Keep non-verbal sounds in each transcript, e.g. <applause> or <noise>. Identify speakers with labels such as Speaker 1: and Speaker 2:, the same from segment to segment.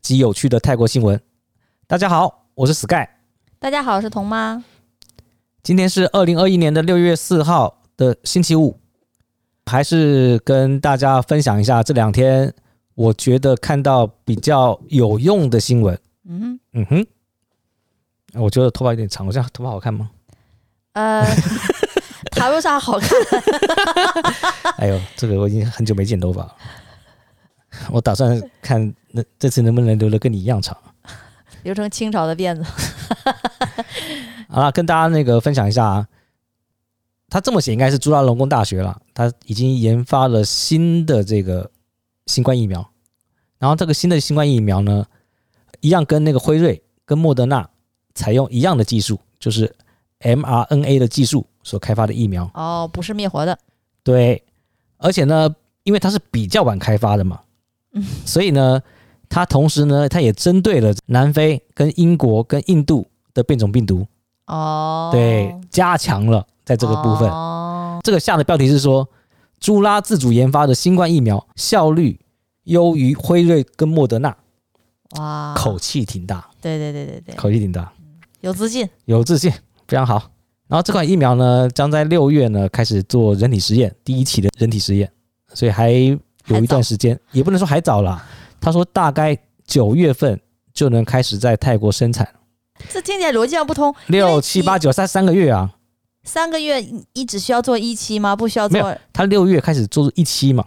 Speaker 1: 及有趣的泰国新闻。大家好，我是 Sky，
Speaker 2: 大家好，我是童妈。
Speaker 1: 今天是二零二一年的六月四号的星期五，还是跟大家分享一下这两天我觉得看到比较有用的新闻。
Speaker 2: 嗯，
Speaker 1: 嗯哼，我觉得头发有点长，我这样头发好看吗？
Speaker 2: 呃， <laughs> 谈不上好看。
Speaker 1: 哎呦，这个我已经很久没剪头发了。我打算看那这次能不能留的跟你一样长。
Speaker 2: 留成清朝的辫子。
Speaker 1: 好了，跟大家那个分享一下啊，他这么写应该是朱拉隆功大学了，他已经研发了新的这个新冠疫苗，然后这个新的新冠疫苗呢，一样跟那个辉瑞跟莫德纳采用一样的技术，就是 mRNA 的技术所开发的疫苗。
Speaker 2: 哦，不是灭活的。
Speaker 1: 对，而且呢，因为它是比较晚开发的嘛，
Speaker 2: 嗯
Speaker 1: 所以呢，它同时呢，它也针对了南非、跟英国、跟印度的变种病毒。
Speaker 2: 哦，
Speaker 1: 对，加强了在这个部分。
Speaker 2: 哦，
Speaker 1: 这个下的标题是说，朱拉自主研发的新冠疫苗效率优于辉瑞跟莫德纳，
Speaker 2: 哇，
Speaker 1: 口，气挺大，
Speaker 2: 对对对啊对对，
Speaker 1: 口气挺大，
Speaker 2: 有自信。
Speaker 1: 有自信，非常好。然后这款疫苗呢，将在六月呢开始做人体实验，第一期的人体实验，所以还有一段时间，也不能说还早啦。他说大概九月份就能开始在泰国生产，
Speaker 2: 这听起来逻辑上不通。因
Speaker 1: 六
Speaker 2: 为
Speaker 1: 七
Speaker 2: 你
Speaker 1: 八九三三个月啊，
Speaker 2: 三个月，你你只需要做一期吗？不需要
Speaker 1: 没
Speaker 2: 做。
Speaker 1: 他六月开始做一期嘛，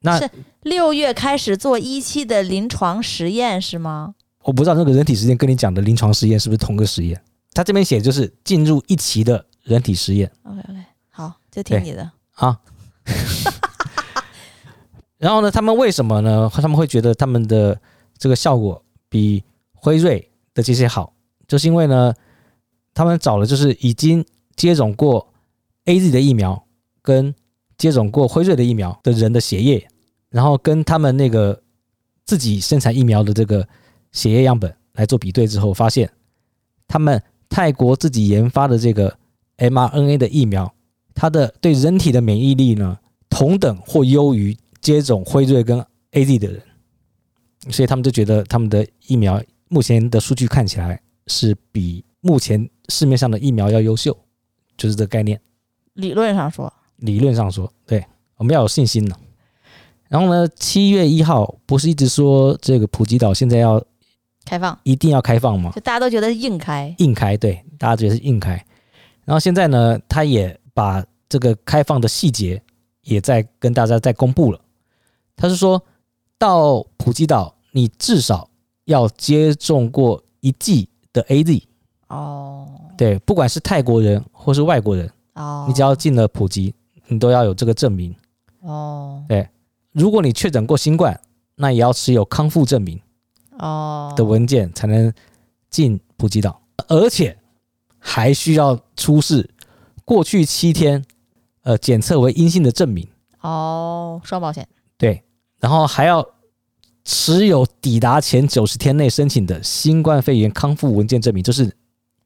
Speaker 1: 那
Speaker 2: 是六月开始做一期的临床实验是吗？
Speaker 1: 我不知道那个人体实验跟你讲的临床实验是不是同个实验。他这边写就是进入一期的人体实验
Speaker 2: OK OK，好，就听
Speaker 1: 对
Speaker 2: 你的。
Speaker 1: 啊。 <laughs> 然后呢，他们为什么呢？他们会觉得他们的这个效果比辉瑞的这些好，就是因为呢，他们找了就是已经接种过 A Z 的疫苗跟接种过辉瑞的疫苗的人的血液，然后跟他们那个自己生产疫苗的这个血液样本来做比对之后，发现他们泰国自己研发的这个 mRNA 的疫苗，它的对人体的免疫力呢，同等或优于接种辉瑞跟 A Z 的人，所以他们就觉得他们的疫苗目前的数据看起来是比目前市面上的疫苗要优秀，就是这个概念。
Speaker 2: 理论上说，
Speaker 1: 理论上说，对，我们要有信心呢。然后呢，七月一号不是一直说这个普吉岛现在要
Speaker 2: 开放，
Speaker 1: 一定要开放吗？
Speaker 2: 就大家都觉得硬开。
Speaker 1: 硬开，对，大家觉得是硬开。然后现在呢，他也把这个开放的细节也在跟大家在公布了。他是说到普吉岛，你至少要接种过一剂的 A Z，
Speaker 2: 哦
Speaker 1: 对，不管是泰国人或是外国人，
Speaker 2: 哦，
Speaker 1: 你只要进了普吉，你都要有这个证明。
Speaker 2: 哦
Speaker 1: 如果你确诊过新冠，那也要持有康复证明
Speaker 2: 哦
Speaker 1: 的文件才能进普吉岛，而且还需要出示过去七天呃检测为阴性的证明，
Speaker 2: 哦，双保险
Speaker 1: 对，然后还要持有抵达前九十天内申请的新冠肺炎康复文件证明，就是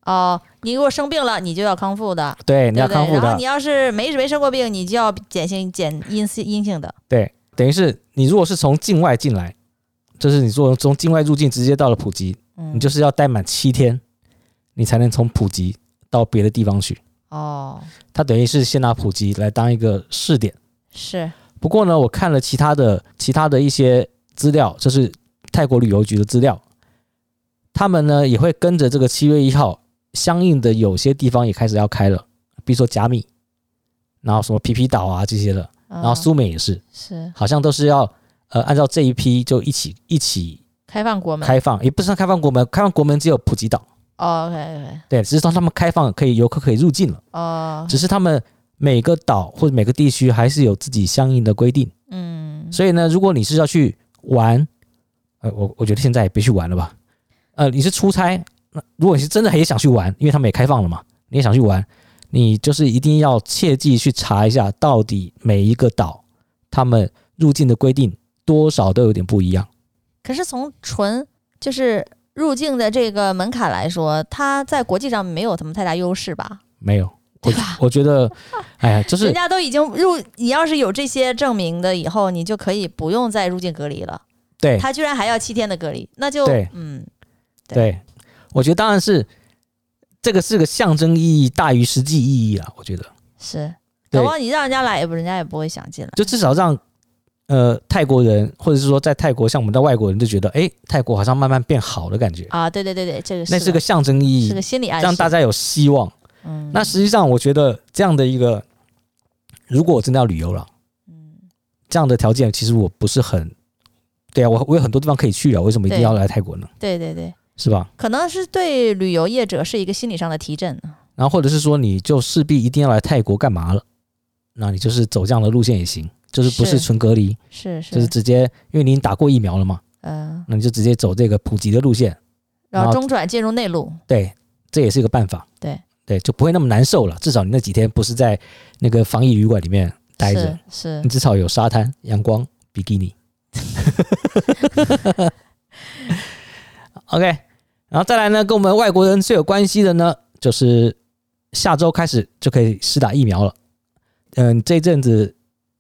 Speaker 2: 哦。你如果生病了，你就要康复的，
Speaker 1: 对你
Speaker 2: 对
Speaker 1: 要
Speaker 2: 不对？
Speaker 1: 康复
Speaker 2: 然后
Speaker 1: 的
Speaker 2: 你，要是没没生过病，你就要减性减阴性阴性的。
Speaker 1: 对，等于是你如果是从境外进来，就是你说从境外入境直接到了普吉，
Speaker 2: 嗯，
Speaker 1: 你就是要待满七天，你才能从普吉到别的地方去。
Speaker 2: 哦，
Speaker 1: 他等于是先拿普及来当一个试点。
Speaker 2: 是
Speaker 1: 不过呢，我看了其他的其他的一些资料，这是泰国旅游局的资料，他们呢也会跟着这个七月一号，相应的有些地方也开始要开了，比如说甲米，然后什么皮皮岛啊这些的，然
Speaker 2: 嗯
Speaker 1: 后苏美也是，
Speaker 2: 是
Speaker 1: 好像都是要呃按照这一批就一起一起
Speaker 2: 开放国门。
Speaker 1: 开放，也不是开放国门，开放国门只有普吉岛，
Speaker 2: 哦，OK OK，
Speaker 1: 对，只是说他们开放可以游客可以入境了。
Speaker 2: 哦，
Speaker 1: 只是他们每个岛或者每个地区还是有自己相应的规定，
Speaker 2: 嗯，
Speaker 1: 所以呢，如果你是要去玩，呃，我我觉得现在也别去玩了吧。呃，你是出差，那如果你是真的也想去玩，因为他们也开放了嘛，你也想去玩，你就是一定要切记去查一下，到底每一个岛他们入境的规定多少都有点不一样。
Speaker 2: 可是从纯就是入境的这个门槛来说，它在国际上没有什么太大优势吧？
Speaker 1: 没有，我
Speaker 2: 对吧
Speaker 1: 我觉得，哎呀，就是
Speaker 2: 人家都已经入，你要是有这些证明的，以后你就可以不用再入境隔离了。
Speaker 1: 对
Speaker 2: 他居然还要七天的隔离，那就
Speaker 1: 对
Speaker 2: 嗯，
Speaker 1: 对，我觉得当然是这个是个象征意义大于实际意义啊，我觉得。
Speaker 2: 是。
Speaker 1: 对
Speaker 2: 搞不好你让人家来，也不人家也不会想进来。
Speaker 1: 就至少让呃泰国人，或者是说在泰国像我们的外国人就觉得，哎，泰国好像慢慢变好的感觉，
Speaker 2: 啊，对对对对，这个是
Speaker 1: 那是个象征意
Speaker 2: 是
Speaker 1: 义
Speaker 2: 个，心理暗示，
Speaker 1: 让大家有希望。
Speaker 2: 嗯，
Speaker 1: 那实际上，我觉得这样的一个，如果我真的要旅游了，
Speaker 2: 嗯
Speaker 1: 这样的条件其实我不是很，对啊，我我有很多地方可以去啊，为什么一定
Speaker 2: 对
Speaker 1: 要来泰国呢？
Speaker 2: 对对对，
Speaker 1: 是吧？
Speaker 2: 可能是对旅游业者是一个心理上的提振啊呢。
Speaker 1: 然后或者是说，你就势必一定要来泰国干嘛了？那你就是走这样的路线也行，就是不是
Speaker 2: 是
Speaker 1: 纯隔离，
Speaker 2: 是是，
Speaker 1: 就是直接，因为你已经打过疫苗了嘛，
Speaker 2: 嗯，
Speaker 1: 那你就直接走这个普及的路线，然
Speaker 2: 然
Speaker 1: 后
Speaker 2: 后中转进入内陆，
Speaker 1: 对，这也是一个办法。
Speaker 2: 对
Speaker 1: 对，就不会那么难受了。至少你那几天不是在那个防疫旅馆里面待着
Speaker 2: 是，是
Speaker 1: 你，至少有沙滩、阳光、比基尼。OK，然后再来呢，跟我们外国人最有关系的呢，就是下周开始就可以施打疫苗了。嗯，这一阵子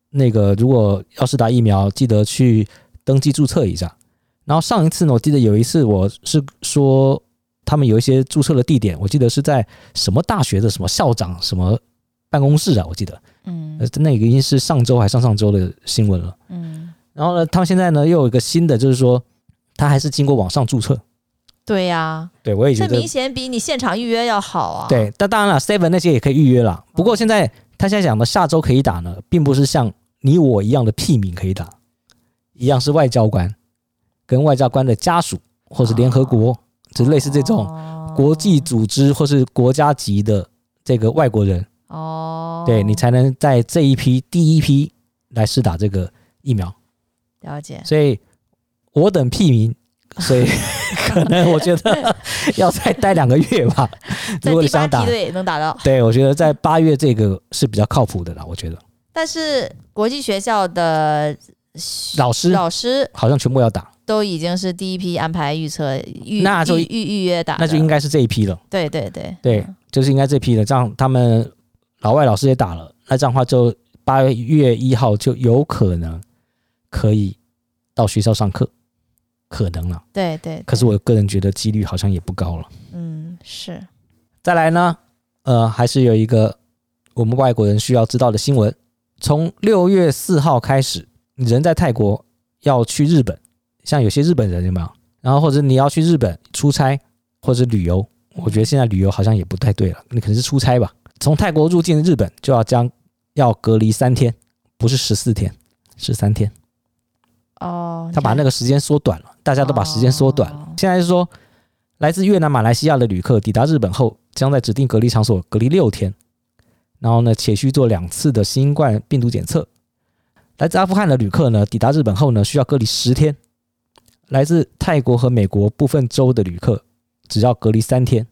Speaker 1: 那个如果要施打疫苗，记得去登记注册一下。然后上一次呢，我记得有一次我是说他们有一些注册的地点，我记得是在什么大学的什么校长什么办公室啊，我记得。
Speaker 2: 嗯
Speaker 1: 呃，那个已经是上周还上上周的新闻了。
Speaker 2: 嗯，
Speaker 1: 然后呢，他们现在呢又有一个新的，就是说他还是经过网上注册。
Speaker 2: 对呀，
Speaker 1: 对，我也觉
Speaker 2: 这
Speaker 1: 得
Speaker 2: 明显比你现场预约要好啊。，
Speaker 1: 对。但当然了，Seven 那些也可以预约啦。不过现在他现在讲的下周可以打呢，并不是像你我一样的屁民可以打，一样是外交官跟外交官的家属或是联合
Speaker 2: 啊
Speaker 1: 国，就类似这种
Speaker 2: 种
Speaker 1: 国际组织或是国家级的这个外国人，
Speaker 2: 哦，
Speaker 1: 对你才能在这一批第一批来试打这个疫苗。
Speaker 2: 了解。
Speaker 1: 所以我等屁民，所
Speaker 2: <laughs>
Speaker 1: 以可能我觉得要再待两个月吧。
Speaker 2: 在
Speaker 1: 如果你
Speaker 2: 第
Speaker 1: 想
Speaker 2: 八
Speaker 1: 打
Speaker 2: 梯，队能打到，
Speaker 1: 对我觉得在八月这个是比较靠谱的啦。我觉得
Speaker 2: 但是国际学校的
Speaker 1: 老师
Speaker 2: 老师
Speaker 1: 好像全部要打，
Speaker 2: 都已经是第一批安排预测预
Speaker 1: 那就
Speaker 2: 预预预约打的，
Speaker 1: 那就应该是这一批了。
Speaker 2: 对对对嗯
Speaker 1: 对，就是应该这批了。这样他们老外老师也打了，那这样的话就八月一号就有可能可以到学校上课，可能了。
Speaker 2: 对对。
Speaker 1: 可是我个人觉得几率好像也不高了。
Speaker 2: 嗯是
Speaker 1: 再来呢，呃，还是有一个我们外国人需要知道的新闻：从六月四号开始，你人在泰国要去日本，像有些日本人有没有？然后或者你要去日本出差或者旅游，我觉得现在旅游好像也不太对了，你可能是出差吧。从泰国入境日本就要将要隔离三天，不是十四天，是三天。
Speaker 2: 哦，
Speaker 1: 他把那
Speaker 2: 个
Speaker 1: 个时间缩短了，大家都把时间缩短了。
Speaker 2: 哦
Speaker 1: 现在是说，来自越南、马来西亚的旅客抵达日本后，将在指定隔离场所隔离六天，然后呢，且需做两次的新冠病毒检测。来自阿富汗的旅客呢，抵达日本后呢，需要隔离十天；来自泰国和美国部分州的旅客，只要隔离三天。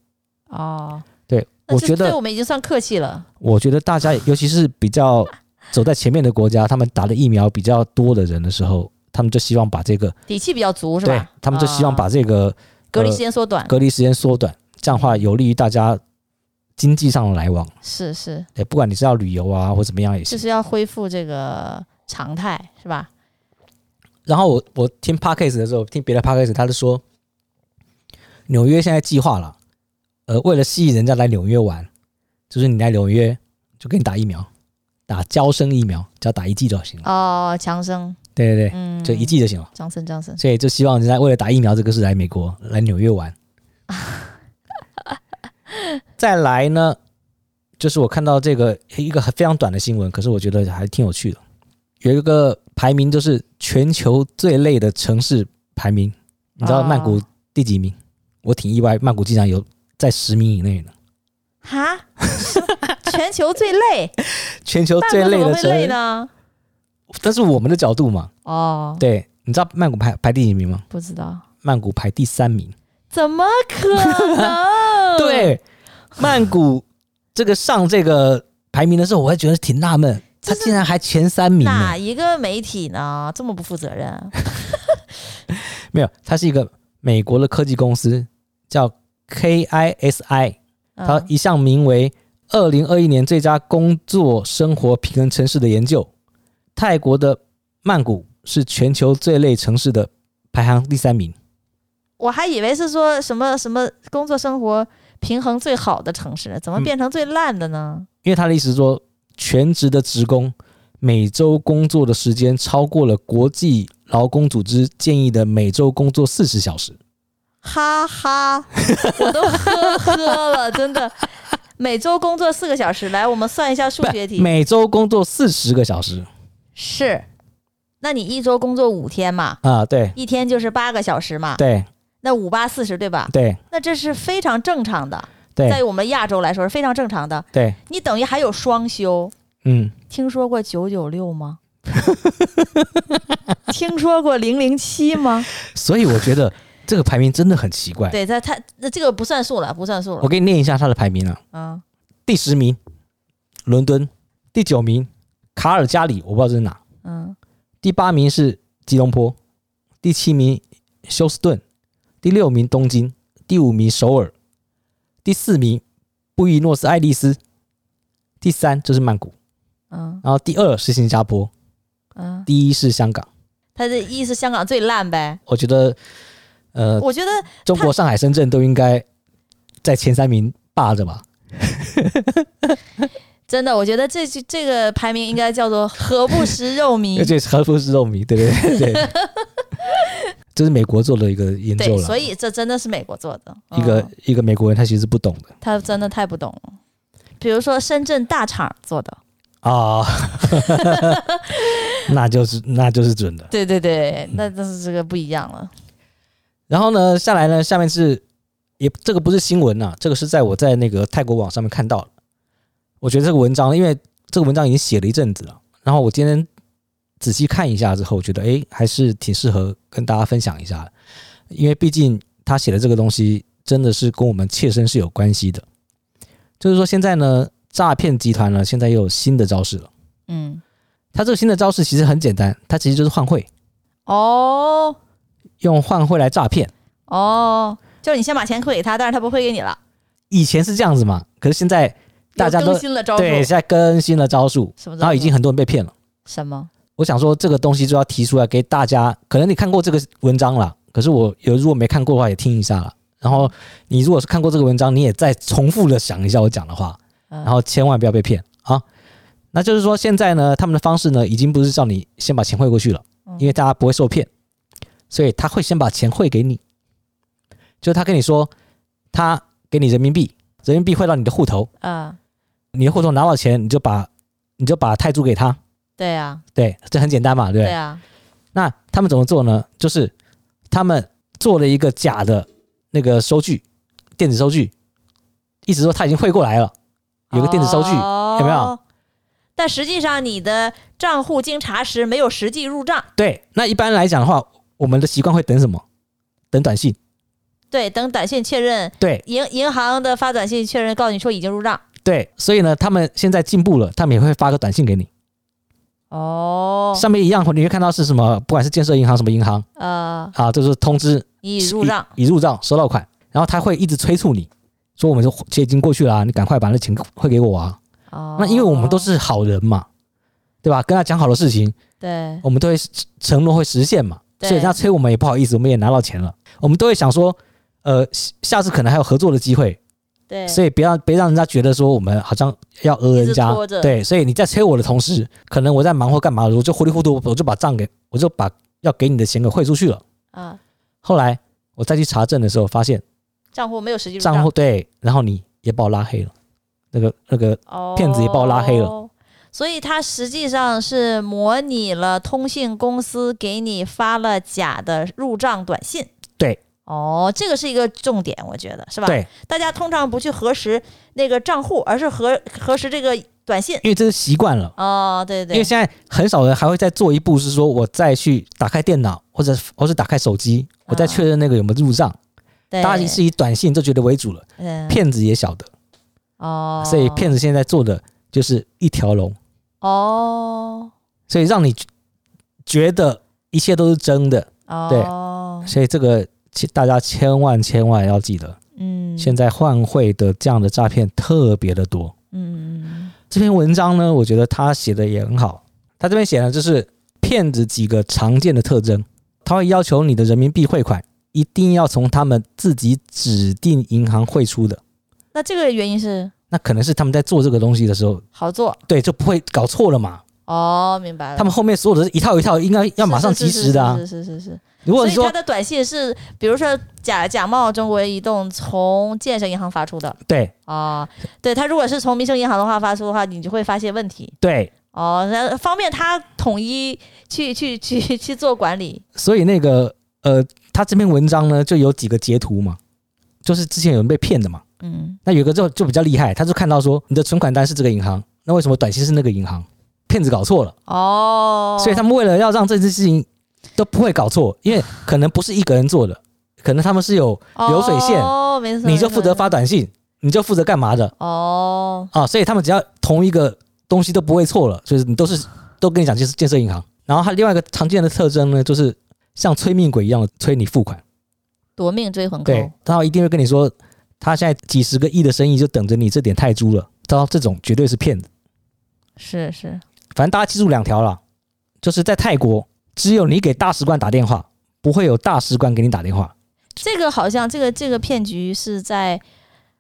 Speaker 2: 哦，
Speaker 1: 对，
Speaker 2: 那
Speaker 1: 我
Speaker 2: 这
Speaker 1: 觉
Speaker 2: 对
Speaker 1: 得，
Speaker 2: 我们已经算客气了。
Speaker 1: 我觉得大家，尤其是比较走在前面的国家，他们打的疫苗比较多的人的时候，他们就希望把这个
Speaker 2: 底气比较足是
Speaker 1: 对
Speaker 2: 吧？
Speaker 1: 他们就希望
Speaker 2: 啊
Speaker 1: 把这个
Speaker 2: 隔离
Speaker 1: 呃
Speaker 2: 时间缩短，
Speaker 1: 隔离时间缩短，这样的话有利于大家经济上的来往。
Speaker 2: 是是，
Speaker 1: 对，不管你是要旅游啊或怎么样也
Speaker 2: 就
Speaker 1: 行。
Speaker 2: 是要恢复这个常态是吧？
Speaker 1: 然后我我听 podcast 的时候，听别的 podcast，他就说，纽约现在计划了，呃，为了吸引人家来纽约玩，就是你来纽约就给你打疫苗，打胶生疫苗，只要打一剂就行了。
Speaker 2: 哦，强生，
Speaker 1: 对嗯对对，
Speaker 2: 嗯，
Speaker 1: 就一剂就行了。
Speaker 2: 张森张森，
Speaker 1: 所以就希望人家为了打疫苗这个事来美国来纽约玩。再来呢，就是我看到这个一个很非常短的新闻，可是我觉得还挺有趣的。有一个排名就是全球最累的城市排名，你知道
Speaker 2: 哦
Speaker 1: 曼谷第几名？我挺意外，曼谷竟然有在十名以内呢。
Speaker 2: 哈， <laughs> 全球最累，
Speaker 1: 全球
Speaker 2: 大
Speaker 1: <laughs> 最
Speaker 2: 陆怎
Speaker 1: 累
Speaker 2: 么
Speaker 1: 的
Speaker 2: 会累
Speaker 1: 城，
Speaker 2: 呢？
Speaker 1: 但是我们的角度嘛，
Speaker 2: 哦，
Speaker 1: 对，你知道曼谷排排第几名吗？
Speaker 2: 不知道，
Speaker 1: 曼谷排第三名。
Speaker 2: 怎么可
Speaker 1: <laughs>
Speaker 2: 能？，
Speaker 1: 对，曼谷这个上这个排名的时候，我还觉得挺纳闷，他
Speaker 2: 就是
Speaker 1: 竟然还前三名呢
Speaker 2: 哪。一个媒体呢这么不负责任？
Speaker 1: 没有，它是一个美国的科技公司，叫 KISI，它
Speaker 2: 嗯
Speaker 1: 一项名为《二零二一年最佳工作生活平衡城市》的研究。泰国的曼谷是全球最累城市的排行第三名。
Speaker 2: 我还以为是说什么什么工作生活平衡最好的城市呢，怎么
Speaker 1: 嗯
Speaker 2: 变成最烂的呢？
Speaker 1: 因为他的意思是说，全职的职工每周工作的时间超过了国际劳工组织建议的每周工作四十小时。
Speaker 2: 哈哈，我都呵呵了，真的。 <laughs> 每周工作四个小时，来，我们算一下数
Speaker 1: 不
Speaker 2: 学题。
Speaker 1: 每周工作四十个小时
Speaker 2: 是，那你一周工作五天嘛，
Speaker 1: 啊，对
Speaker 2: 一天就是八个小时嘛，
Speaker 1: 对
Speaker 2: 那五八四十对吧？
Speaker 1: 对
Speaker 2: 那这是非常正常的，在
Speaker 1: 对
Speaker 2: 我们亚洲来说是非常正常的。
Speaker 1: 对，
Speaker 2: 你等于还有双休，
Speaker 1: 嗯，
Speaker 2: 听说过九九
Speaker 1: <laughs>
Speaker 2: 六吗？听说过零零七吗？
Speaker 1: 所以我觉得这个排名真的很奇怪。
Speaker 2: 对，在他那这个不算数了，不算数
Speaker 1: 哎我
Speaker 2: 了。
Speaker 1: 给你念一下他的排名啊，
Speaker 2: 嗯，
Speaker 1: 第十名伦敦，第九名卡尔加里，我不知道这是哪，
Speaker 2: 嗯，
Speaker 1: 第八名是吉隆坡，第七名休斯顿，第六名东京，第五名首尔，第四名布宜诺斯艾利斯，第三就是曼谷，
Speaker 2: 嗯
Speaker 1: 然后第二是新加坡，
Speaker 2: 嗯，
Speaker 1: 第一是香港。
Speaker 2: 他的意思香港最烂呗？
Speaker 1: 我觉得，呃，
Speaker 2: 我觉得
Speaker 1: 中国上海、深圳都应该在前三名霸着吧？
Speaker 2: 真的，我觉得这这这个排名应该叫做“何不食肉
Speaker 1: 因
Speaker 2: 糜
Speaker 1: 为 <laughs> 这是合乎是肉迷，对不
Speaker 2: <laughs>
Speaker 1: 对？对，这是美国做的一个”。研究
Speaker 2: 对，
Speaker 1: 了，
Speaker 2: 所以这真的是美国做的。
Speaker 1: 一个、
Speaker 2: 嗯
Speaker 1: 一个美国人他其实不懂的
Speaker 2: 他真的太不懂了。比如说深圳大厂做的，
Speaker 1: 啊，那就是那就是准的。
Speaker 2: 对对对，那但是这个不一样了。
Speaker 1: 然后呢，下来呢，下面是也这个不是新闻呐、这个是在我在那个泰国网上面看到的。我觉得这个文章，因为这个文章已经写了一阵子了，然后我今天仔细看一下之后，我觉得诶还是挺适合跟大家分享一下的，因为毕竟他写的这个东西真的是跟我们切身是有关系的。就是说，现在呢，诈骗集团呢，现在又有新的招式了。
Speaker 2: 嗯，
Speaker 1: 他这个新的招式其实很简单，他其实就是换汇，
Speaker 2: 哦
Speaker 1: 用换汇来诈骗。
Speaker 2: 哦，就是你先把钱汇给他，但是他不汇给你了，
Speaker 1: 以前是这样子嘛，可是现在大家
Speaker 2: 又
Speaker 1: 都
Speaker 2: 更新了招数，
Speaker 1: 对，现在更新了招数，
Speaker 2: 什么招数
Speaker 1: 然后已经很多人被骗了。
Speaker 2: 什么？
Speaker 1: 我想说这个东西就要提出来给大家，可能你看过这个文章啦，可是我有如果没看过的话也听一下啦。然后你如果是看过这个文章，你也再重复的想一下我讲的话，
Speaker 2: 然
Speaker 1: 然后千万不要被骗啊。那就是说现在呢，他们的方式呢，已经不是叫你先把钱汇过去了，因为大家不会受骗，所以他会先把钱汇给你，就是他跟你说，他给你人民币，人民币汇到你的户头，
Speaker 2: 啊，
Speaker 1: 你的户头拿到钱，你就把你就把泰铢给他，
Speaker 2: 对呀，
Speaker 1: 对，这很简单嘛，对不对？
Speaker 2: 对啊呀，
Speaker 1: 那他们怎么做呢？就是他们做了一个假的那个收据，电子收据，意思说他已经汇过来了，有个电子收据，
Speaker 2: 哦
Speaker 1: 有没有？
Speaker 2: 但实际上你的账户经查实没有实际入账，
Speaker 1: 对，那一般来讲的话，我们的习惯会等什么？等短信。
Speaker 2: 对，等短信确认，
Speaker 1: 对
Speaker 2: 银银行的发短信确认，告诉你说已经入账。
Speaker 1: 对，所以呢，他们现在进步了，他们也会发个短信给你，
Speaker 2: 哦，
Speaker 1: 上面一样，你会看到是什么，不管是建设银行什么银行
Speaker 2: 呃，
Speaker 1: 啊，就是通知
Speaker 2: 你已入账，
Speaker 1: 已入账收到款，然后他会一直催促你说我们说钱已经过去了啊、你赶快把那钱汇给我啊。
Speaker 2: 哦，
Speaker 1: 那因为我们都是好人嘛，对吧？跟他讲好的事情，
Speaker 2: 对
Speaker 1: 我们都会承诺会实现嘛，
Speaker 2: 对
Speaker 1: 所以他催我们也不好意思，我们也拿到钱了，我们都会想说，呃，下下次可能还有合作的机会，
Speaker 2: 对，
Speaker 1: 所以别让别让人家觉得说我们好像要讹人
Speaker 2: 一
Speaker 1: 家
Speaker 2: 直拖着，
Speaker 1: 对，所以你在催我的同时，可能我在忙或干嘛的时候，我就糊里糊涂我就把账给我就把要给你的钱给汇出去了。
Speaker 2: 啊，
Speaker 1: 后来我再去查证的时候，发现
Speaker 2: 账户没有实际入
Speaker 1: 账户对，然后你也把我拉黑了，那个那个骗子也把我拉黑了
Speaker 2: 哦所以他实际上是模拟了通信公司给你发了假的入账短信。
Speaker 1: 对，
Speaker 2: 哦，这个是一个重点，我觉得是吧？，
Speaker 1: 对
Speaker 2: 大家通常不去核实那个账户，而是核核实这个短信。
Speaker 1: 因为这是习惯了。
Speaker 2: 哦，对
Speaker 1: 因为
Speaker 2: 对，
Speaker 1: 现在很少人还会再做一步，是说我再去打开电脑或者或是打开手机，我再确认那个有没有入账。
Speaker 2: 啊对
Speaker 1: 大家已经是以短信这觉得为主了，
Speaker 2: 嗯
Speaker 1: 骗子也晓得，
Speaker 2: 哦，
Speaker 1: 所以骗子现在做的就是一条龙，
Speaker 2: 哦
Speaker 1: 所以让你觉得一切都是真的。
Speaker 2: 哦，
Speaker 1: 所以这个千大家千万千万要记得，
Speaker 2: 嗯，
Speaker 1: 现在换汇的这样的诈骗特别的多。
Speaker 2: 嗯嗯
Speaker 1: 这篇文章呢，我觉得他写的也很好。他这边写的就是骗子几个常见的特征，他会要求你的人民币汇款一定要从他们自己指定银行汇出的，
Speaker 2: 嗯，那这个原因是
Speaker 1: 那可能是他们在做这个东西的时候，
Speaker 2: 好做
Speaker 1: 对，就不会搞错了嘛。
Speaker 2: 哦，明白了。
Speaker 1: 他们后面所有的是一套一套，应该要马上
Speaker 2: 是
Speaker 1: 及
Speaker 2: 是是
Speaker 1: 时的啊。
Speaker 2: 是是是是是。
Speaker 1: 如果
Speaker 2: 所
Speaker 1: 你
Speaker 2: 以他
Speaker 1: 说
Speaker 2: 的短信是，比如说假假冒中国移动从建设银行发出的
Speaker 1: 对
Speaker 2: 啊、对他如果是从民生银行的话发出的话，你就会发现问题
Speaker 1: 对，
Speaker 2: 哦，那方便他统一去去去去做管理
Speaker 1: 所以那个呃，他这篇文章呢就有几个截图嘛，就是之前有人被骗的嘛。
Speaker 2: 嗯
Speaker 1: 那有一个就就比较厉害，他就看到说你的存款单是这个银行，那为什么短信是那个银行？骗子搞错了，
Speaker 2: 哦，
Speaker 1: 所以他们为了要让这件事情都不会搞错，因为可能不是一个人做的，可能他们是有流水线
Speaker 2: 哦，没错，
Speaker 1: 你就负责
Speaker 2: 没错
Speaker 1: 发短信，你就负责干嘛的
Speaker 2: 哦，
Speaker 1: 啊？所以他们只要同一个东西都不会错了，就是你都是都跟你讲就是建设银行。然后他另外一个常见的特征呢，就是像催命鬼一样的催你付款，
Speaker 2: 夺命追魂
Speaker 1: 对
Speaker 2: 扣，
Speaker 1: 他一定会跟你说他现在几十个亿的生意就等着你，这点泰铢了。他这种绝对是骗子。
Speaker 2: 是是
Speaker 1: 反正大家记住两条了，就是在泰国，只有你给大使馆打电话，不会有大使馆给你打电话。
Speaker 2: 这个好像这个这个骗局是在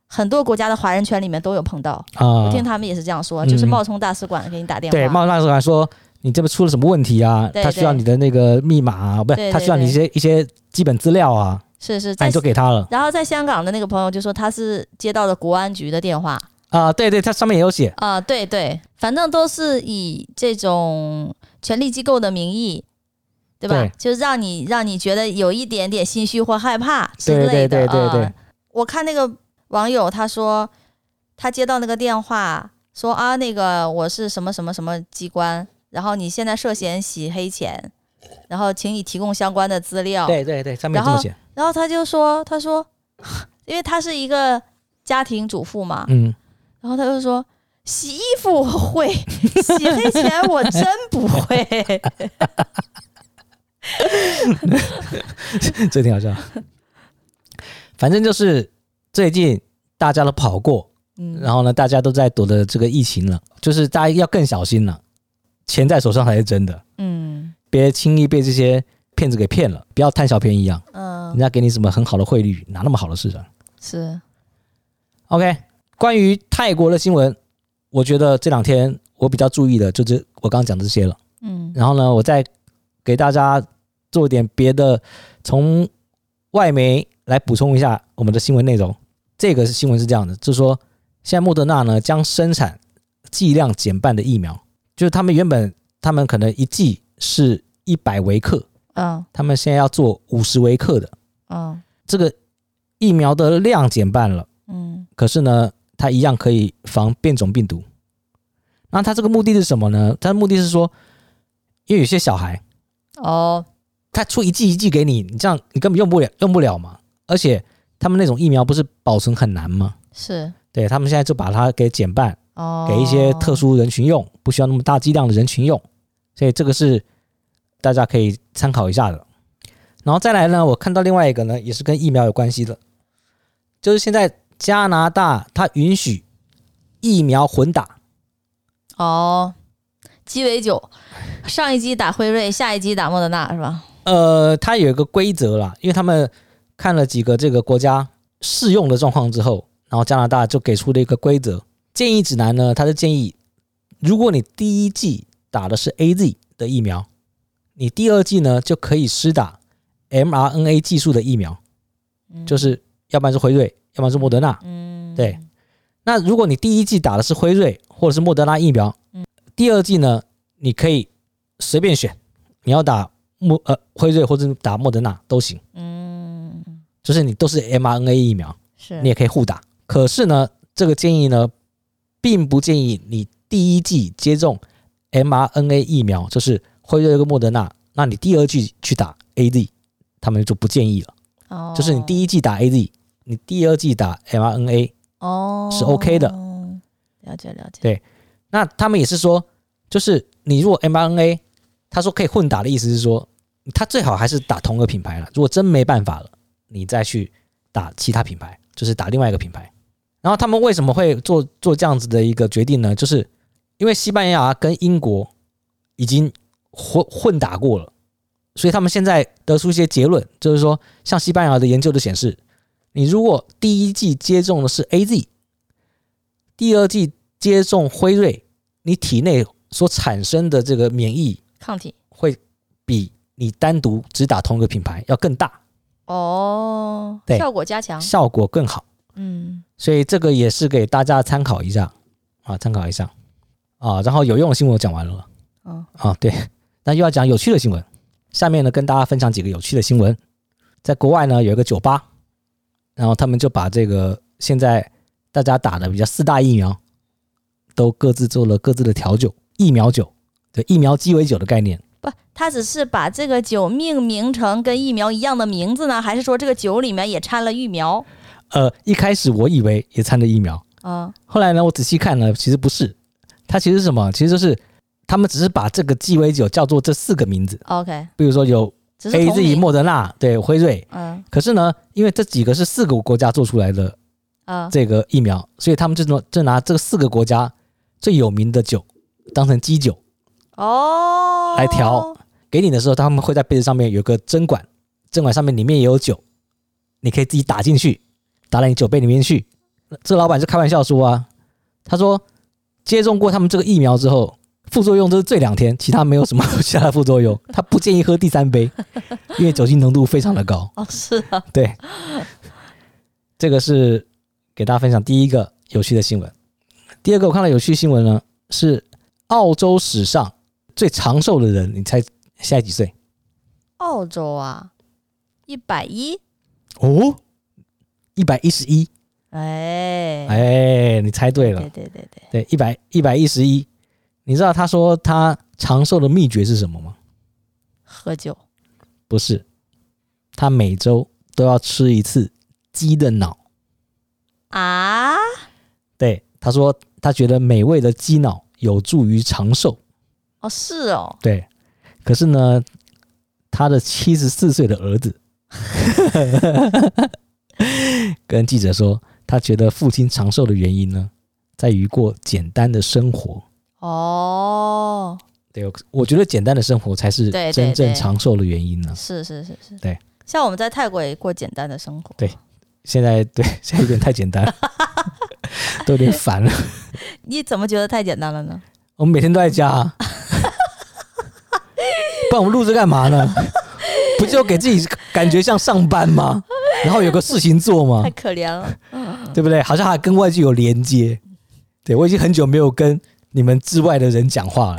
Speaker 2: 很多国家的华人圈里面都有碰到。
Speaker 1: 啊
Speaker 2: 我听他们也是这样说，就是
Speaker 1: 嗯
Speaker 2: 冒充大使馆给你打电话，
Speaker 1: 对，冒大使馆说你这边出了什么问题啊？
Speaker 2: 对
Speaker 1: 他需要你的那个密码啊，不
Speaker 2: 对
Speaker 1: 是，
Speaker 2: 对
Speaker 1: 他需要你一些一些基本资料啊，
Speaker 2: 是是
Speaker 1: 那
Speaker 2: 在
Speaker 1: 你就给他了
Speaker 2: 然后在香港的那个朋友就说他是接到了国安局的电话
Speaker 1: 啊。对对，他上面也有写，
Speaker 2: 啊、对对，反正都是以这种权力机构的名义，对吧？
Speaker 1: 对
Speaker 2: 就让你让你觉得有一点点心虚或害怕之
Speaker 1: 对
Speaker 2: 类
Speaker 1: 对
Speaker 2: 的
Speaker 1: 对
Speaker 2: 啊、
Speaker 1: 对对，
Speaker 2: 我看那个网友他说，他接到那个电话说啊，那个我是什么什么什么机关，然后你现在涉嫌洗黑钱，然后请你提供相关的资料。
Speaker 1: 对对对，上面
Speaker 2: 然
Speaker 1: 这么
Speaker 2: 后
Speaker 1: 写，
Speaker 2: 然后他就说，他说， <laughs> 因为他是一个家庭主妇嘛，
Speaker 1: 嗯， <laughs>
Speaker 2: 然后他就说。洗衣服我会， <laughs> 洗黑钱我真不
Speaker 1: <laughs>
Speaker 2: 会。
Speaker 1: 这挺好笑。反正就是最近大家都跑过，
Speaker 2: 嗯，
Speaker 1: 然后呢，大家都在躲着这个疫情了，就是大家要更小心了，钱在手上才是真的，
Speaker 2: 嗯
Speaker 1: 别轻易被这些骗子给骗了，不要贪小便宜啊！
Speaker 2: 嗯、
Speaker 1: 人家给你什么很好的汇率，哪那么好的市场
Speaker 2: 是
Speaker 1: o k 关于泰国的新闻，我觉得这两天我比较注意的就是我刚刚讲这些了。
Speaker 2: 嗯
Speaker 1: 然后呢，我再给大家做点别的，从外媒来补充一下我们的新闻内容。这个新闻是这样的，就是说现在莫德纳呢将生产剂量减半的疫苗，就是他们原本他们可能一剂是一百微克，
Speaker 2: 嗯
Speaker 1: 他们现在要做五十微克的，
Speaker 2: 嗯
Speaker 1: 这个疫苗的量减半了，
Speaker 2: 嗯
Speaker 1: 可是呢，它一样可以防变种病毒。那它这个目的是什么呢？它的目的是说，因为有些小孩
Speaker 2: 哦
Speaker 1: 他出一剂一剂给你，你这样你根本用不了，用不了嘛。而且他们那种疫苗不是保存很难吗？
Speaker 2: 是
Speaker 1: 对他们现在就把它给减半，
Speaker 2: 哦，
Speaker 1: 给一些特殊人群用，不需要那么大剂量的人群用。所以这个是大家可以参考一下的。然后再来呢，我看到另外一个呢，也是跟疫苗有关系的，就是现在加拿大它允许疫苗混打，
Speaker 2: 哦，鸡尾酒，上一季打辉瑞，下一季打莫德纳是吧？
Speaker 1: 呃，它有一个规则啦，因为他们看了几个这个国家适用的状况之后，然后加拿大就给出了一个规则建议指南呢，它是建议，如果你第一季打的是 A Z 的疫苗，你第二季呢就可以施打 mRNA 技术的疫苗，
Speaker 2: 嗯
Speaker 1: 就是要不然是辉瑞，要不然是莫德纳。
Speaker 2: 嗯，
Speaker 1: 对，那如果你第一季打的是辉瑞或者是莫德纳疫苗，第二季呢，你可以随便选，你要打莫呃辉瑞或者打莫德纳都行，
Speaker 2: 嗯，
Speaker 1: 就是你都是 mRNA 疫苗，
Speaker 2: 是
Speaker 1: 你也可以互打。可是呢，这个建议呢，并不建议你第一剂接种 mRNA 疫苗，就是辉瑞跟莫德纳，那你第二剂去打 AZ，他们就不建议了。
Speaker 2: 哦，
Speaker 1: 就是你第一剂打 AZ，你第二剂打 mRNA。
Speaker 2: 哦
Speaker 1: 是 OK 的，
Speaker 2: 了解了解。
Speaker 1: 对那他们也是说，就是你如果 mRNA，他说可以混打的意思是说，他最好还是打同个品牌了。如果真没办法了，你再去打其他品牌，就是打另外一个品牌。然后他们为什么会做做这样子的一个决定呢？就是因为西班牙跟英国已经混混打过了，所以他们现在得出一些结论，就是说，像西班牙的研究就显示，你如果第一季接种的是 A Z，第二季接种辉瑞，你体内所产生的这个免疫
Speaker 2: 抗体
Speaker 1: 会比你单独只打同一个品牌要更大，
Speaker 2: 哦，
Speaker 1: 对
Speaker 2: 效果加强，
Speaker 1: 效果更好。
Speaker 2: 嗯，
Speaker 1: 所以这个也是给大家参考一下啊，参考一下啊。然后有用的新闻我讲完了
Speaker 2: 哦，
Speaker 1: 啊，对，那又要讲有趣的新闻。下面呢，跟大家分享几个有趣的新闻。在国外呢，有一个酒吧，然后他们就把这个现在大家打的比较四大疫苗，都各自做了各自的调酒，疫苗酒，对，疫苗鸡尾酒的概念。
Speaker 2: 不，他只是把这个酒命名成跟疫苗一样的名字呢，还是说这个酒里面也掺了疫苗？
Speaker 1: 呃，一开始我以为也掺着疫苗，
Speaker 2: 啊、
Speaker 1: 后来呢，我仔细看呢，其实不是，它其实是什么？其实就是他们只是把这个鸡尾酒叫做这四个名字，
Speaker 2: o k
Speaker 1: 比如说有
Speaker 2: 只是
Speaker 1: A
Speaker 2: 同
Speaker 1: Z、
Speaker 2: 名，
Speaker 1: 莫德纳、对辉瑞。
Speaker 2: 嗯
Speaker 1: 可是呢，因为这几个是四个国家做出来的
Speaker 2: 啊，
Speaker 1: 这个疫苗，所以他们就拿就拿这四个国家最有名的酒当成基酒
Speaker 2: 哦，
Speaker 1: 来调。给你的时候，他们会在杯子上面有个针管，针管上面里面也有酒，你可以自己打进去，打到你酒杯里面去。这老板就开玩笑说啊，他说接种过他们这个疫苗之后，副作用都是这两天，其他没有什么 <laughs> 其他的副作用。他不建议喝第三杯，因为酒精浓度非常的高。
Speaker 2: 哦，是啊，
Speaker 1: 对，这个是给大家分享第一个有趣的新闻。第二个我看到有趣新闻呢，是澳洲史上最长寿的人，你猜现在几岁？
Speaker 2: 澳洲啊，一百一，
Speaker 1: 哦，一百一十一。
Speaker 2: 哎，
Speaker 1: 哎，你猜对了
Speaker 2: 对，对对对，
Speaker 1: 对，一百一百一十一。你知道他说他长寿的秘诀是什么吗？
Speaker 2: 喝酒
Speaker 1: 不是，他每周都要吃一次鸡的脑。
Speaker 2: 啊，
Speaker 1: 对，他说他觉得美味的鸡脑有助于长寿。
Speaker 2: 哦是哦，
Speaker 1: 对，可是呢，他的七十四岁的儿子 <laughs> 跟记者说，他觉得父亲长寿的原因呢，在于过简单的生活。
Speaker 2: 哦，
Speaker 1: 对，我我觉得简单的生活才是
Speaker 2: 对对
Speaker 1: 真正
Speaker 2: 对
Speaker 1: 长寿的原因呢。
Speaker 2: 是是是是，
Speaker 1: 对，
Speaker 2: 像我们在泰国也过简单的生活，
Speaker 1: 对现在对， <laughs> 现在有点太简单了， <laughs> 都有点烦了。
Speaker 2: 你怎么觉得太简单了呢？
Speaker 1: 我们每天都在家、啊， <laughs> 不然我们录这干嘛呢？不就给自己感觉像上班吗？然后有个事情做吗
Speaker 2: 太？可怜了， <laughs>
Speaker 1: 对不对？好像还跟外界有连接。对我已经很久没有跟你们之外的人讲话了，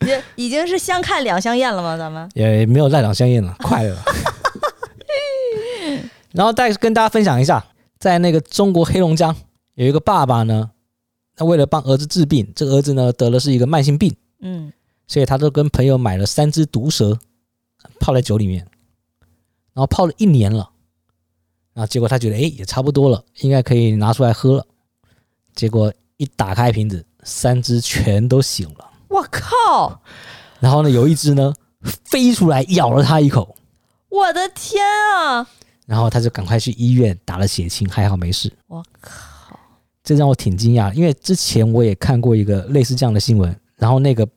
Speaker 2: 这已经是相看两相厌了吗？咱们
Speaker 1: 也也没有赖两相厌了，快了。然后再跟大家分享一下，在那个中国黑龙江有一个爸爸呢，他为了帮儿子治病，这个儿子呢得了是一个慢性病，
Speaker 2: 嗯，
Speaker 1: 所以他都跟朋友买了三只毒蛇，泡在酒里面，然后泡了一年了，然后结果他觉得哎也差不多了，应该可以拿出来喝了，结果一打开瓶子，三只全都醒了，
Speaker 2: 我靠，
Speaker 1: 然后呢有一只呢飞出来咬了他一口，
Speaker 2: 我的天啊，
Speaker 1: 然后他就赶快去医院打了血清，还好没事，
Speaker 2: 我靠，
Speaker 1: 这让我挺惊讶，因为之前我也看过一个类似这样的新闻，然后那个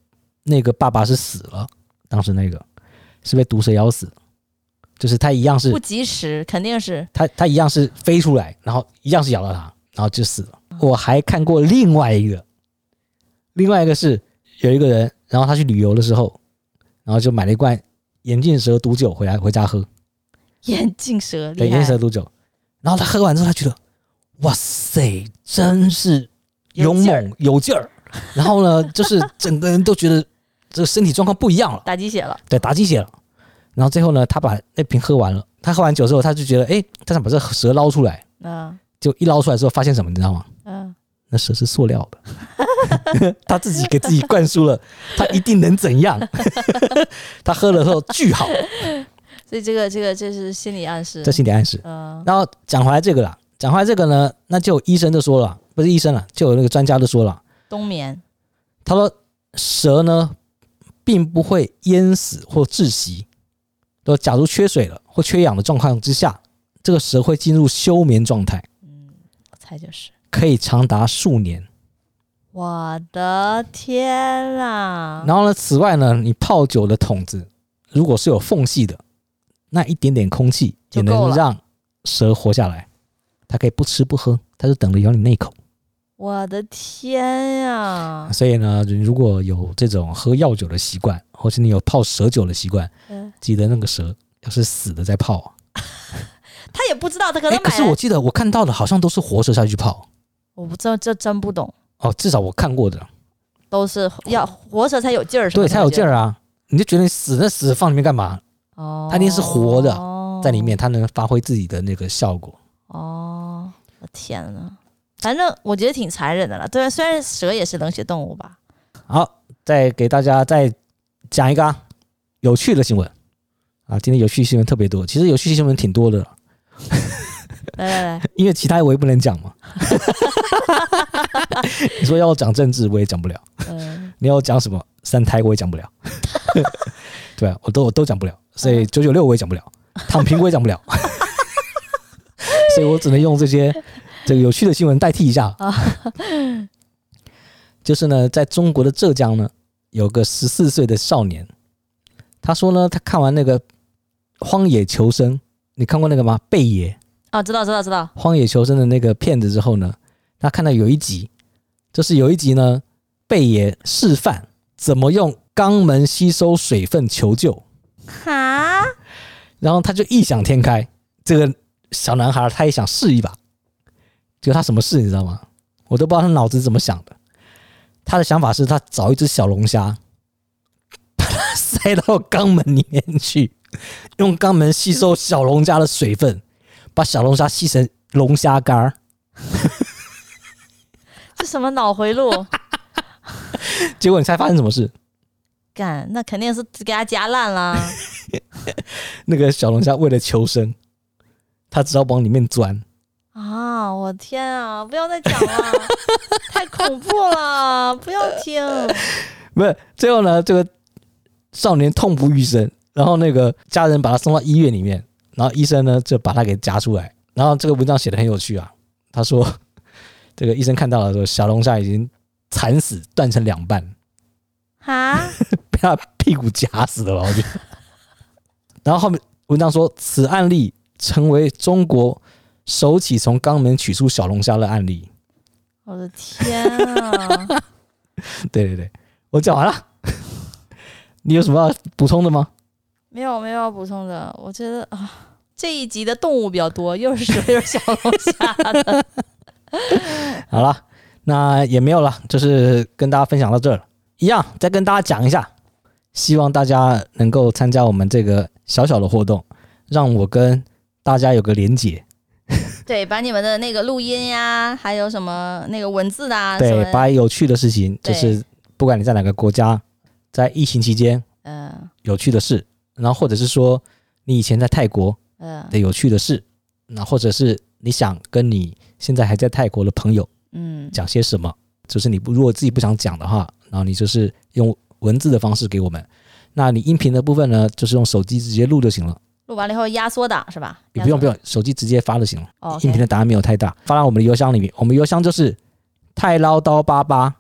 Speaker 1: 那个爸爸是死了，当时那个是被毒蛇咬死，就是他一样是
Speaker 2: 不及时肯定是
Speaker 1: 他他一样是飞出来，然后一样是咬到他，然后就死了。我还看过另外一个，另外一个是有一个人，然后他去旅游的时候，然后就买了一罐眼镜蛇毒酒回来回家喝，
Speaker 2: 眼镜蛇
Speaker 1: 对，
Speaker 2: 厉
Speaker 1: 眼镜
Speaker 2: 害
Speaker 1: 蛇，毒酒。然后他喝完之后，他觉得，哇塞，真是
Speaker 2: 有
Speaker 1: 勇
Speaker 2: 劲儿
Speaker 1: 猛有劲儿。然后呢，就是整个人都觉得这个身体状况不一样了。
Speaker 2: 打鸡血了，
Speaker 1: 对，打鸡血了。然后最后呢，他把那瓶喝完了。他喝完酒之后，他就觉得，哎，他想把这蛇捞出来。
Speaker 2: 嗯
Speaker 1: 就一捞出来之后，发现什么，你知道吗？
Speaker 2: 嗯，
Speaker 1: 那那蛇是塑料的， <laughs> 他自己给自己灌输了，他一定能怎样？ <laughs> 他喝了后巨好，
Speaker 2: 所以这个这个这是心理暗示
Speaker 1: 这。心理暗示。
Speaker 2: 嗯、
Speaker 1: 然后讲回来这个啦，讲回来这个呢，那就有医生就说了，不是医生了，就有那个专家就说了，
Speaker 2: 冬眠
Speaker 1: 他说蛇呢并不会淹死或窒息，说假如缺水了或缺氧的状况之下，这个蛇会进入休眠状态，
Speaker 2: 我嗯猜就是。
Speaker 1: 可以长达数年。
Speaker 2: 我的天啊呐！
Speaker 1: 然后呢，此外呢，你泡酒的桶子如果是有缝隙的，那一点点空气也
Speaker 2: 就够
Speaker 1: 能
Speaker 2: 了
Speaker 1: 让蛇活下来，它可以不吃不喝，它就等着咬你那一口。
Speaker 2: 我的天呀！
Speaker 1: 啊所以呢，你如果有这种喝药酒的习惯，或是你有泡蛇酒的习惯，
Speaker 2: 嗯
Speaker 1: 记得那个蛇要是死的再泡啊。
Speaker 2: 他也不知道，他可
Speaker 1: 哎，
Speaker 2: 能
Speaker 1: 可
Speaker 2: 买
Speaker 1: 是
Speaker 2: 了。
Speaker 1: 我记得我看到的好像都是活蛇下去泡
Speaker 2: 我不知道，这真不懂，
Speaker 1: 哦，至少我看过的，
Speaker 2: 都是要活着才有劲儿，是吧
Speaker 1: 对，才有劲。儿啊。你就觉得你死那死放里面干嘛？
Speaker 2: 哦，
Speaker 1: 它一定是活的在里面它能发挥自己的那个效果。
Speaker 2: 哦，我天呐，反正我觉得挺残忍的了。对，虽然蛇也是冷血动物吧。
Speaker 1: 好，再给大家再讲一个、啊、有趣的新闻啊！今天有趣新闻特别多，其实有趣新闻挺多的，
Speaker 2: 来来来，
Speaker 1: 因为其他我也不能
Speaker 2: <laughs>
Speaker 1: 讲嘛。 <laughs> 你说要我讲政治，我也讲不了；
Speaker 2: 嗯，
Speaker 1: 你要我讲什么三胎，我也讲不了。对啊，我都我都讲不了，所以九九六我也讲不了，躺平我也讲不了，所以我只能用这些这个有趣的新闻代替一下。就是呢，在中国的浙江呢，有个十四岁的少年，他说呢，他看完那个《荒野求生》，你看过那个吗？贝爷，
Speaker 2: 哦，知道知道知道，
Speaker 1: 《荒野求生》的那个片子之后呢，他看到有一集，就是有一集呢，贝爷示范怎么用肛门吸收水分求救，
Speaker 2: 哈，
Speaker 1: 然后他就异想天开，这个小男孩他也想试一把，结果他什么事你知道吗？我都不知道他脑子怎么想的。他的想法是他找一只小龙虾， <laughs> 把它塞到肛门里面去，用肛门吸收小龙虾的水分，把小龙虾吸成龙虾干儿。
Speaker 2: 这什么脑回路？
Speaker 1: 结果你猜发生什么事？
Speaker 2: 干，那肯定是给他夹烂了。
Speaker 1: 那个小龙虾为了求生，它只好往里面钻。
Speaker 2: 啊！我天啊！不要再讲了，太恐怖了！不要听。 <laughs>
Speaker 1: 不是，最后呢，这个少年痛不欲生，然后那个家人把他送到医院里面，然后医生呢就把他给夹出来。然后这个文章写的很有趣啊，他说 <laughs> 这个医生看到了说小龙虾已经惨死，断成两半，
Speaker 2: 啊！
Speaker 1: 被他屁股夹死的了，我觉得。 <laughs> 然后后面文章说，此案例成为中国首起从肛门取出小龙虾的案例。
Speaker 2: 我的天啊！
Speaker 1: 对对对，我讲完了。 <laughs> 你有什么要补充的吗？
Speaker 2: 没有没有要补充的，我觉得啊， <laughs> 这一集的动物比较多，又是 <laughs> 蛇又是小龙虾的。
Speaker 1: 好了，那也没有了，就是跟大家分享到这儿了。一样，再跟大家讲一下，希望大家能够参加我们这个小小的活动，让我跟大家有个连结。
Speaker 2: <laughs> 对，把你们的那个录音呀，还有什么那个文字的啊，什
Speaker 1: 对，
Speaker 2: 么
Speaker 1: 把有趣的事情，就
Speaker 2: 对
Speaker 1: 是不管你在哪个国家，在疫情期间
Speaker 2: 嗯
Speaker 1: 有趣的事，然后或者是说你以前在泰国
Speaker 2: 嗯
Speaker 1: 的有趣的事，那或者是你想跟你现在还在泰国的朋友。
Speaker 2: 嗯，
Speaker 1: 讲些什么，就是你不如果自己不想讲的话，然后你就是用文字的方式给我们。那你音频的部分呢，就是用手机直接录就行了，
Speaker 2: 录完了以后压缩档是吧？
Speaker 1: 你不用
Speaker 2: 压缩
Speaker 1: 不用，手机直接发就行了。
Speaker 2: 哦
Speaker 1: 音频的答案没有太大，发到我们的邮箱里面，我们邮箱就是太唠叨八八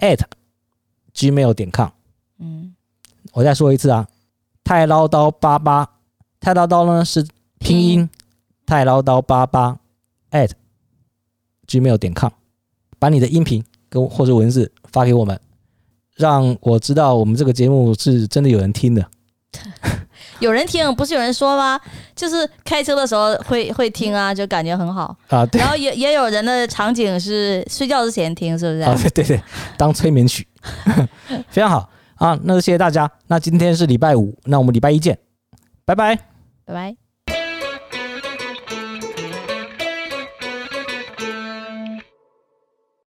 Speaker 1: at gmail 点 com。
Speaker 2: 嗯，
Speaker 1: 我再说一次啊，太唠叨八八，太唠叨呢是拼
Speaker 2: 拼
Speaker 1: 音，太唠叨八八 at gmail 点 com，把你的音频跟或者文字发给我们，让我知道我们这个节目是真的有人听的。
Speaker 2: 有人听，不是有人说吗？就是开车的时候会会听啊，就感觉很好。
Speaker 1: 啊，对，
Speaker 2: 然
Speaker 1: 啊，
Speaker 2: 后也也有人的场景是睡觉之前听，是不是？
Speaker 1: 啊对对对，当催眠曲， <laughs> 非常好啊。那就谢谢大家，那今天是礼拜五，那我们礼拜一见，拜拜。
Speaker 2: 拜拜。